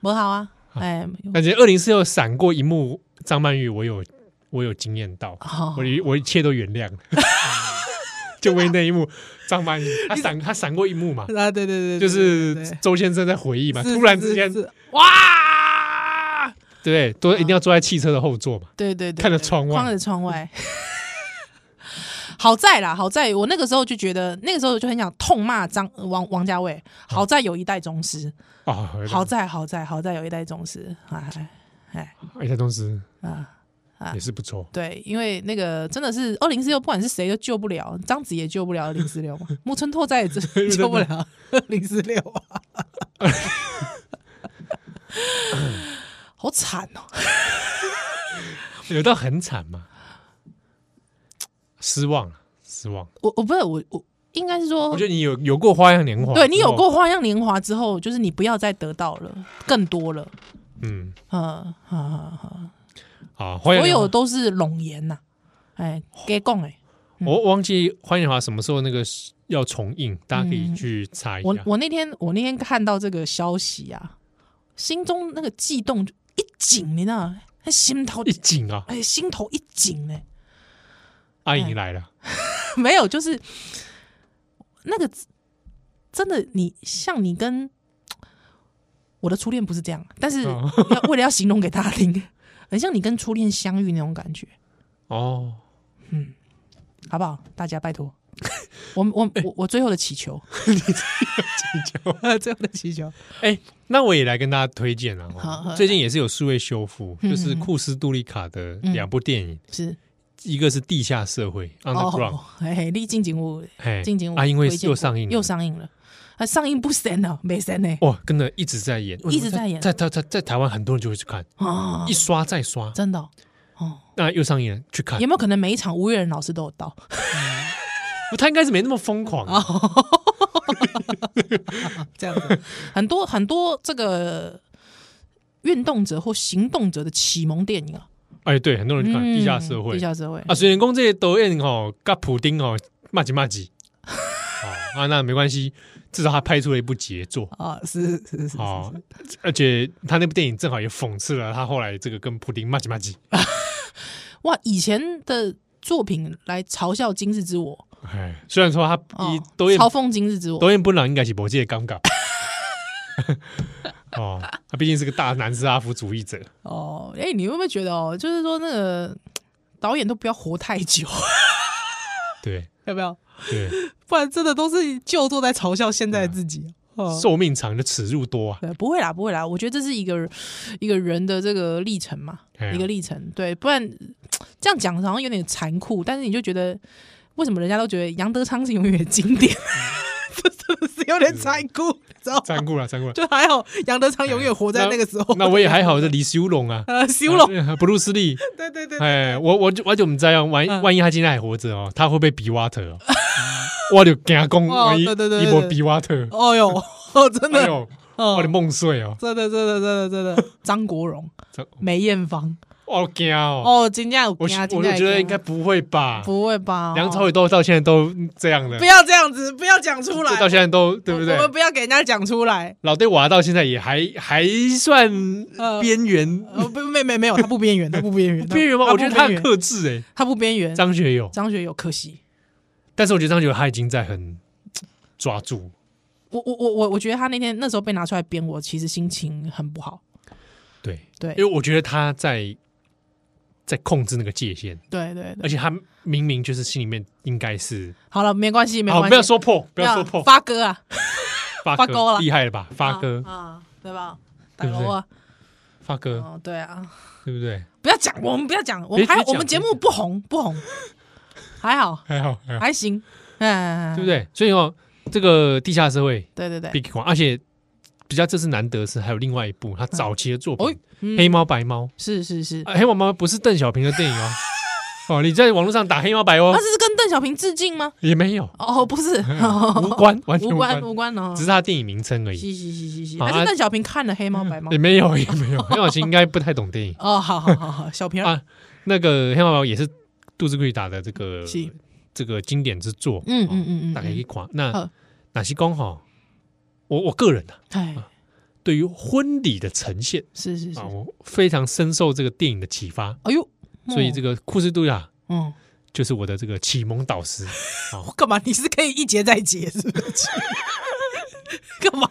不好啊，哎，感觉二零四六闪过一幕张曼玉，我有我有惊艳到，好我一我一切都原谅了， 就为那一幕张 曼玉，她闪她闪过一幕嘛，啊，对对对，对就是对对对周先生在回忆嘛，是突然之间啊是，啊是哇！对，都一定要坐在汽车的后座嘛，对对对，看着对窗外看着窗外。 好在啦，好在我那个时候就觉得，那个时候就很想痛骂张王王家嗯卫。好在有一代宗师，哦，好在好在好在有一代宗师，哎哎而且同时啊，也是不错，对，因为那个真的是二零四六，不管是谁都救不了，章子也救不了二零 四六嘛，木村拓哉也救不了二零四六啊，好惨哦。有到很惨嘛，失望了，失望。我我不是我我应该是说，我觉得你有有过花样年华，对你有然后过，花样年华之后，就是你不要再得到了，更多了。嗯，嗯，好好好，啊，花样所年华有都是冗言呐、哎，给供哎，我忘记《花样年华》什么时候那个要重映，大家可以嗯去查一我下。我那天我那天看到这个消息啊，心中那个悸动就一紧，你知道吗，那心头一紧啊，哎心头一紧呢、 阿哎姨来了，没有，就是那个真的你像你跟我的初恋不是这样，但是哦要为了要形容给大家听，很像你跟初恋相遇那种感觉。哦，好不好？大家 拜托，我我哎我我最后的祈求， 最后的祈求，哎，那我也来跟大家推荐了好哦。好最近也是有数位修复，嗯就是库斯杜利卡的两部电影，是哦一个是《地下社会》（Underground），，嗯嘿嘿，丽静景舞，哎静景舞啊，因为推荐又过上映了，又上映了，啊，上映不神了，没神呢，哇，真的一直在演，一直在演在在在在台湾很多人就会去看，啊哦一，刷再刷，真的哦，那又上映了去看有，没有可能每一场吴月仁老师都有到？ 不他应该是没那么疯狂啊，哦这样子，很多很多这个运动者或行动者的启蒙电影啊，哎，对，很多人去看《嗯地下社会地》下社会啊，虽然讲这些导演吼、甲普丁吼、骂几骂几，哦啊，那没关系，至少他拍出了一部杰作。啊，是是是是， 哦，而且他那部电影正好也讽刺了他后来这个跟普丁骂几骂几，哇，以前的作品来嘲笑今日之我，哎，虽然说他哦一导演嘲讽今日之我，导演本人应该是无这个尴尬， 哦，他毕竟是个大南斯拉夫主义者，哦，哎、你会不会觉得哦，就是说那个导演都不要活太久，对 要不要？对，不然真的都是旧作在嘲笑现在的自己。哦，寿命长的耻辱多啊，对，不会啦，不会啦，我觉得这是一个一个人的这个历程嘛，哎呀一个历程。对，啊不然这样讲好像有点残酷，但是你就觉得为什么人家都觉得杨德昌是永远的经 典？这真的是有点残酷，知道吗？残酷了，残酷了。就还好杨德昌永远活在那个时候。那我也还好，这李修龙啊， 呃，修龙，啊布鲁斯利，对对对，哎，我我就我就不知道，万一嗯万一他今天还活着哦，他会被比瓦 特哦，我就惊讲，哦万一对对对一对波对比瓦特，哦哟，哦， 真哎的，呦，哦我的梦碎哦， 真的，真的，真的，真的，张国荣、这梅艳芳，好惊哦！哦，真正有我惊，真我就的有觉得惊啊应该不会吧？不会吧？梁朝伟都到现在都这样了不，要这样子，不要讲出来，到现在都对不对我？们不要给人家讲出 来。老对娃到现在也还还算呃边缘，呃，不，没没没有，他不边缘，他不边缘，他 边缘吗？他我不觉得他边很缘嗯克制哎。他不边缘。张学友，张学友可惜，但是我觉得张学友他已经在很抓住，我我我我我觉得他那天那时候被拿出来编，我其实心情很不好。对，对因为我觉得他在在控制那个界限，对对对，而且他明明就是心里面应该是好了，没关系，没好，哦关系，不要说破，不要说破，发哥啊，发发哥了厉害了吧？发哥啊，啊，对吧？打对不对楼啊，发哥，哦，对啊，对不对？不要讲，我们不要讲，我别们还别讲啊我们节别目不红不红，还好还好，还好，还行，哎，对不？对？所以哦，这个地下社会对对对， Big One，而且比较这次难得是还有另外一部他早期的作品哦嗯《黑猫白猫》是是是，啊，黑猫白猫不是邓小平的电 影哦，哦，你在网络上打黑猫白哦那，是跟邓小平致敬吗？也没有。哦，不 是，无关，完全无无关关，无关哦，只是他电影名称而已。嘻嘻嘻嘻嘻，好还是啊嗯邓小平看了《黑猫白猫。也》没有，也没有。 黑小琴应该不太懂电影哦，好好好好，小平儿，啊那个黑猫白猫也是杜志贵打的这个是这个经典之作，嗯哦嗯嗯嗯大概一款。好那哪些刚好？我我个人啊，哎，对于婚礼的呈现是是是啊，，我非常深受这个电影的启发，哎呦，所以这个，个库斯杜亚嗯，就是我的这个启蒙导 师。我干嘛？你是可以一节再节，是不是？ 干嘛？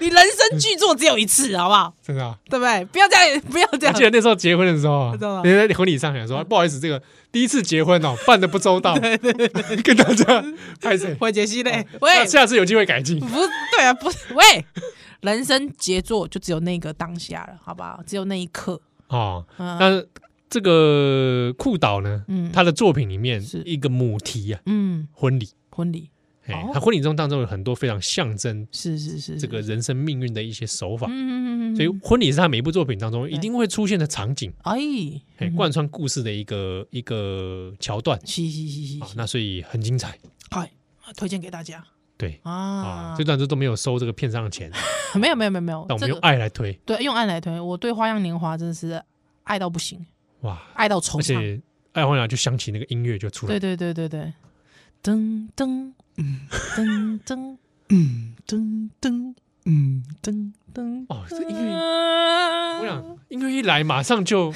你人生剧作只有一次，好不好？真的啊，对不对？不要这样，不要这我样记，得那时候结婚的时候我啊知道，你在婚礼上想嗯说，不好意思，这个第一次结婚哦，办的不周 到， 跟大家拍谁？ 会解析嘞，那喂，下次有机会改进。不对啊，不是， 喂，人生杰作就只有那个当下了，好不好？只有那一刻，哦，嗯那这个库岛呢，嗯他的作品里面是一个母题啊，嗯，婚礼，婚礼哎哦，他婚礼中当中有很多非常象征是是是这个，人生命运的一些手法嗯，嗯嗯嗯，所以婚礼是他每一部作品当中对一定会出现的场景，哎，哎，贯穿故事的一个一个桥段嘻嘻嘻嘻啊，嘻，那所以很精彩，嗨，推荐给大家对啊啊，这段就都没有收这个片商的钱， 没有没有没有没有但，我这们用个爱来推，对用爱来推，我对《花样年华》真的是爱到 不行，哇，爱到惆而怅。且爱欢雅就想起那个音乐就出来对，对对对对，噔噔 嗯噔噔嗯噔噔嗯噔噔，哦，这音乐。我乐想音乐一来，马上 就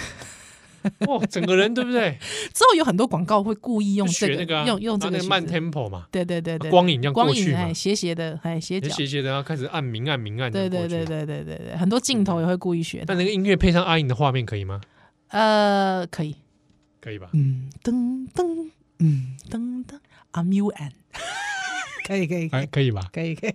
哇，整个人对不对？之后有很多广告会故意用就学这那个个啊用用然这后那个个慢形式 tempo 嘛，对对对对，光影这样过光去影嘛哎，，斜斜的哎斜斜角，斜斜的，然后开始按明按明按，对对对。对对对对，很多镜头也会故意学但的，那个音乐配上阿影的画面可以吗？呃，可以。可以吧？嗯噔噔，嗯噔噔，I'm you and，可以可以哎，可以吧？可以可以，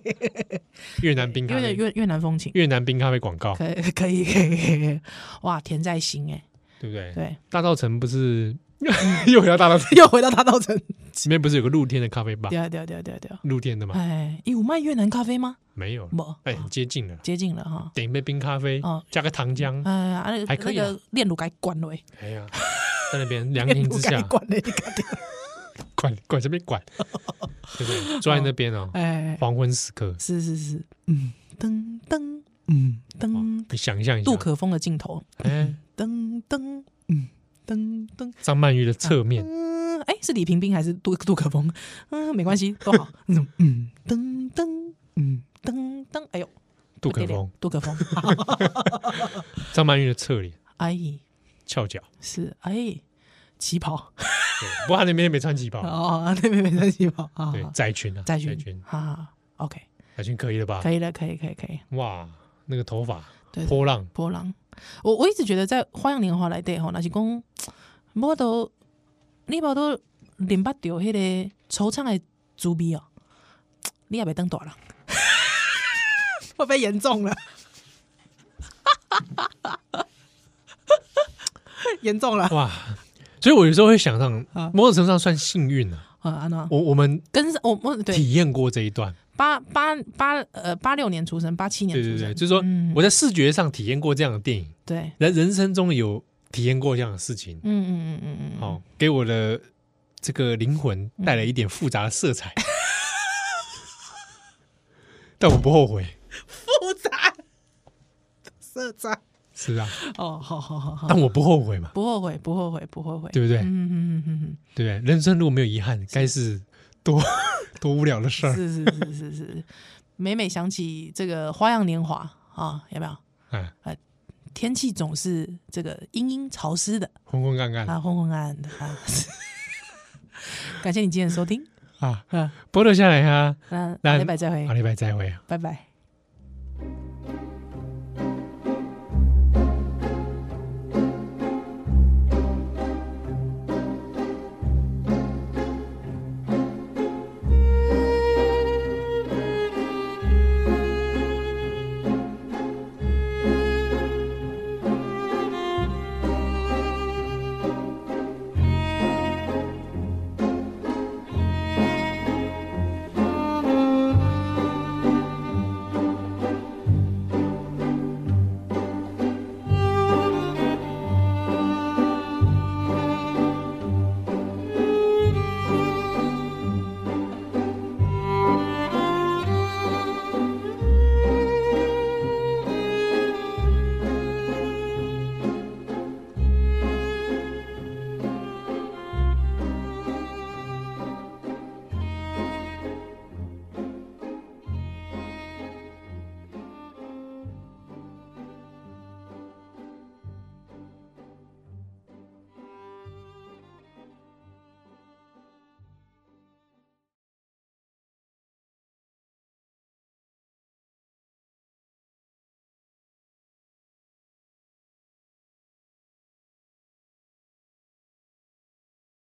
越南冰咖越南啡，越越南风情，越南冰咖啡广告，可以可以可以可以，哇，田在心哎，对不对？对，嗯大稻城不是 又回到大稻城，又回到大稻城，里面不是有个露天的咖啡吧对？啊对啊对啊对啊对啊，露天的吗？哎，有卖越南咖啡吗？没有，没，哎，很接近了，接近了哈，点一杯冰咖啡哦，加个糖浆，哎，啊那还个可那以啊个炼乳该关 了哎，哎呀，在那 边凉炼亭乳之该下，关了你 看到，管管什么 管？对不对？坐在那边哦，哎，黄昏时刻，是是是，嗯噔噔，嗯哦噔，你想象一下，杜可风的镜头，哎，噔噔，嗯噔噔。张曼玉的侧面，嗯，哎，是李平冰还是杜杜可风？嗯，没 关系，都好。嗯嗯，噔噔，嗯噔噔，哎呦，杜不可得了风，，杜可风，张曼玉的侧脸哎，翘脚，是哎，旗袍对，不过她那边没穿旗袍，哦，那边没穿旗袍啊，对，窄裙啊，再裙，去啊，OK，窄裙可以了吧？可以了，可以，可以，可以，哇，那个头发对波浪，波浪。我我一直觉得在《花样年华》里底吼，那是讲我都你无都领捌到迄个惆怅的滋味哦，你也袂当大人， 会不会严重了？ 严重了哇，所以我有时候会想 让啊，某种程度上算幸运了，啊！安娜，我我们跟上我我对体验过这一段，八八八呃八六年出生，八七年对出对生对，，就是说嗯我在视觉上体验过这样的电影，对，人人生中有体验过这样的事情嗯，嗯嗯嗯嗯，哦，给我的这个灵魂带了一点复杂的色彩， 但我不后悔。复杂色彩是啊，哦，好好好好，但我不后悔嘛，不后悔，不后悔，不后悔。对不对？嗯嗯嗯嗯对不对？人生如果没有遗憾，该是多 多无聊的事 嗯，儿是是是是是。每每想起这个《花样年华》啊，有没有？啊，天气总是这个阴阴潮湿的昏昏暗暗啊，昏昏暗暗的啊。 感谢你今天的收听，啊，啊，播落下来啊，那那下礼拜再会下，礼拜再会啊。拜拜。